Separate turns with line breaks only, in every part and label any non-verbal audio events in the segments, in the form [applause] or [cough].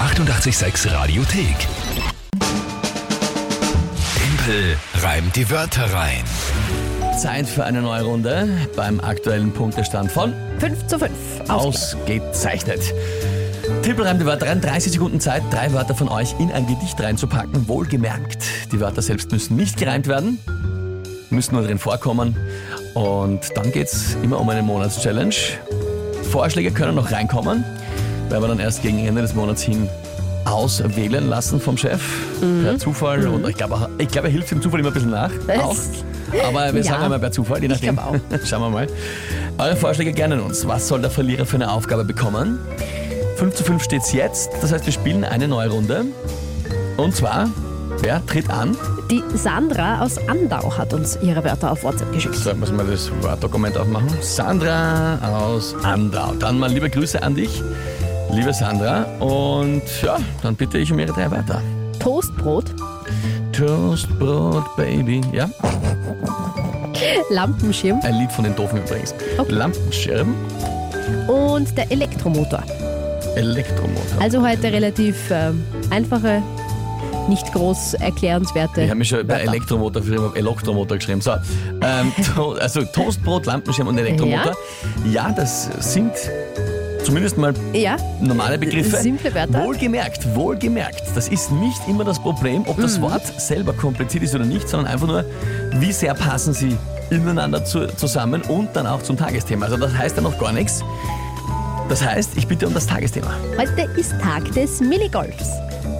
886 Radiothek. Tempel reimt die Wörter rein.
Zeit für eine neue Runde beim aktuellen Punktestand von
5 zu 5.
ausgezeichnet. Tippel reimt die Wörter rein, 30 Sekunden Zeit, drei Wörter von euch in ein Gedicht reinzupacken. Wohlgemerkt, die Wörter selbst müssen nicht gereimt werden, müssen nur drin vorkommen. Und dann geht's immer um eine Monatschallenge. Vorschläge können noch reinkommen, weil wir dann erst gegen Ende des Monats hin auswählen lassen vom Chef per Zufall. Und ich glaube, auch- ich glaube, er hilft dem Zufall immer ein bisschen nach.
Das-
Auch. Aber wir
Ja.
sagen einmal per Zufall, je nachdem.
glaub
[laughs] Schauen wir mal. Eure Vorschläge gerne an uns. Was soll der Verlierer für eine Aufgabe bekommen? 5 zu 5 steht's jetzt. Das heißt, wir spielen eine neue Runde. Und zwar, wer tritt an?
Die Sandra aus Andau hat uns ihre Wörter auf WhatsApp geschickt.
So, jetzt müssen wir das Word-Dokument aufmachen. Sandra aus Andau. Dann mal liebe Grüße an dich, liebe Sandra. Und ja, dann bitte ich um ihre drei Wörter.
Toastbrot,
Toastbrot, Baby. Ja,
Lampenschirm
ein Lied von den Doofen übrigens.
Okay.
Lampenschirm,
und der Elektromotor.
Elektromotor.
Also heute relativ ähm, einfache, nicht groß erklärenswerte.
Ich habe mich schon bei
Wörter.
Elektromotor für immer Elektromotor geschrieben. So,
[laughs]
ähm, to also Toastbrot, Lampenschirm und Elektromotor. Ja, das sind zumindest mal
Ja,
normale Begriffe.
Simple Wörter.
Wohlgemerkt, wohlgemerkt. Das ist nicht immer das Problem, ob
Mhm.
das Wort selber kompliziert ist oder nicht, sondern einfach nur, wie sehr passen sie ineinander zu, zusammen und dann auch zum Tagesthema. Also das heißt ja noch gar nichts. Das heißt, ich bitte um das Tagesthema.
heute ist Tag des Minigolfs.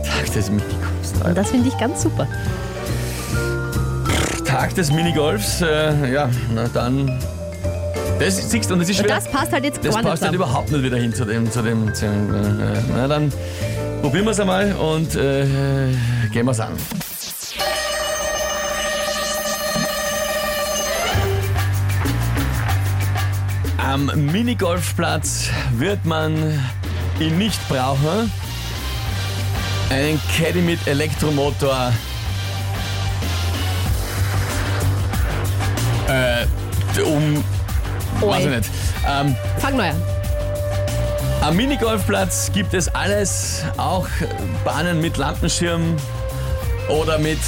Tag des Minigolfs.
Und das finde ich ganz super.
Tag des Minigolfs, äh, ja, na dann. Das ist, siehst du, und das ist
Und
schwer.
das passt halt jetzt
Das
gar nicht
passt halt
zusammen.
überhaupt nicht wieder hin zu dem, zu dem, zu dem äh, na dann probieren wir es einmal und äh, gehen wir es an. Am Minigolfplatz wird man ihn nicht brauchen. Einen Caddy mit Elektromotor. Äh, um, weiß ich
Oi.
nicht. Ähm,
Fang neu an.
am Minigolfplatz gibt es alles, auch Bahnen mit Lampenschirm oder mit.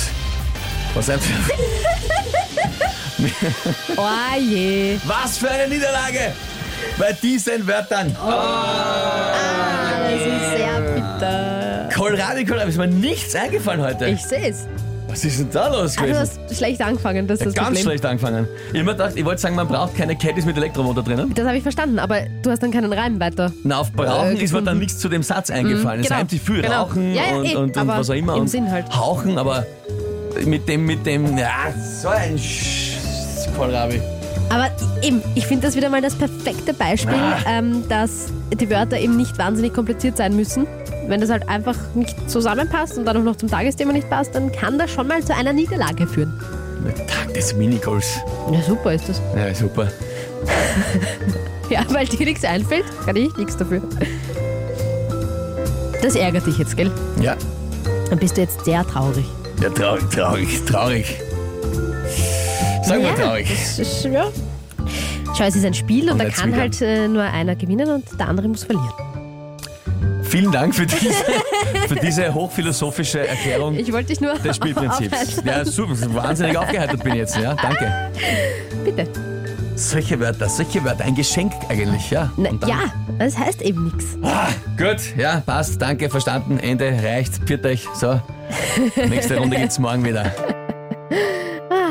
Was, ein-
Oh je.
[laughs] was für eine Niederlage! Bei diesen Wörtern.
Das ist sehr bitter.
Kohlrabi, Kohlrabi, ist mir nichts eingefallen heute.
Ich sehe es.
was ist denn da los
Du
gewesen?
hast schlecht angefangen, das ist das
Ganz
Problem.
schlecht angefangen. Ich hab mir gedacht, ich wollte sagen, man braucht keine Caddies mit Elektromotor drinnen.
Das habe ich verstanden, aber du hast dann keinen Reim weiter.
Na, auf Brauchen
Äh,
ist mir dann nichts zu dem Satz eingefallen. es
genau,
reimt sich viel
genau.
Rauchen
Ja, ja,
und,
eh,
und, und
aber
was auch immer.
im
und
Sinn halt.
Hauchen, aber mit dem, mit dem, ja, so ein Sch Kohlrabi.
Aber eben, ich finde das wieder mal das perfekte Beispiel,
Ah.
ähm, dass die Wörter eben nicht wahnsinnig kompliziert sein müssen. Wenn das halt einfach nicht zusammenpasst und dann auch noch zum Tagesthema nicht passt, dann kann das schon mal zu einer Niederlage führen.
Tag des Minigolfs.
Ja, super ist das.
Ja, super.
Ja, weil dir nichts einfällt, kann ich nichts dafür. Das ärgert dich jetzt, gell?
Ja,
Dann bist du jetzt sehr traurig.
ja traurig, traurig, traurig. Sag mal
Ja,
traurig.
Das ist, ja. Schau, es ist ein Spiel und,
Und
da
jetzt
kann
wieder.
halt äh, nur einer gewinnen und der andere muss verlieren.
Vielen Dank für
[laughs]
diese, für diese hochphilosophische Erklärung
Ich wollte dich nur
des
[laughs]
Spielprinzips.
aufheitern.
Ja, super, wahnsinnig aufgeheitert bin ich jetzt, ja, danke.
Bitte.
Solche Wörter, solche Wörter, ein Geschenk eigentlich, ja.
Na,
Und dann-
Ne, ja, das heißt eben nichts.
Ah, gut, ja, passt, danke, verstanden, Ende, reicht, pfiat euch, so. Nächste Runde geht's morgen wieder.
Ah.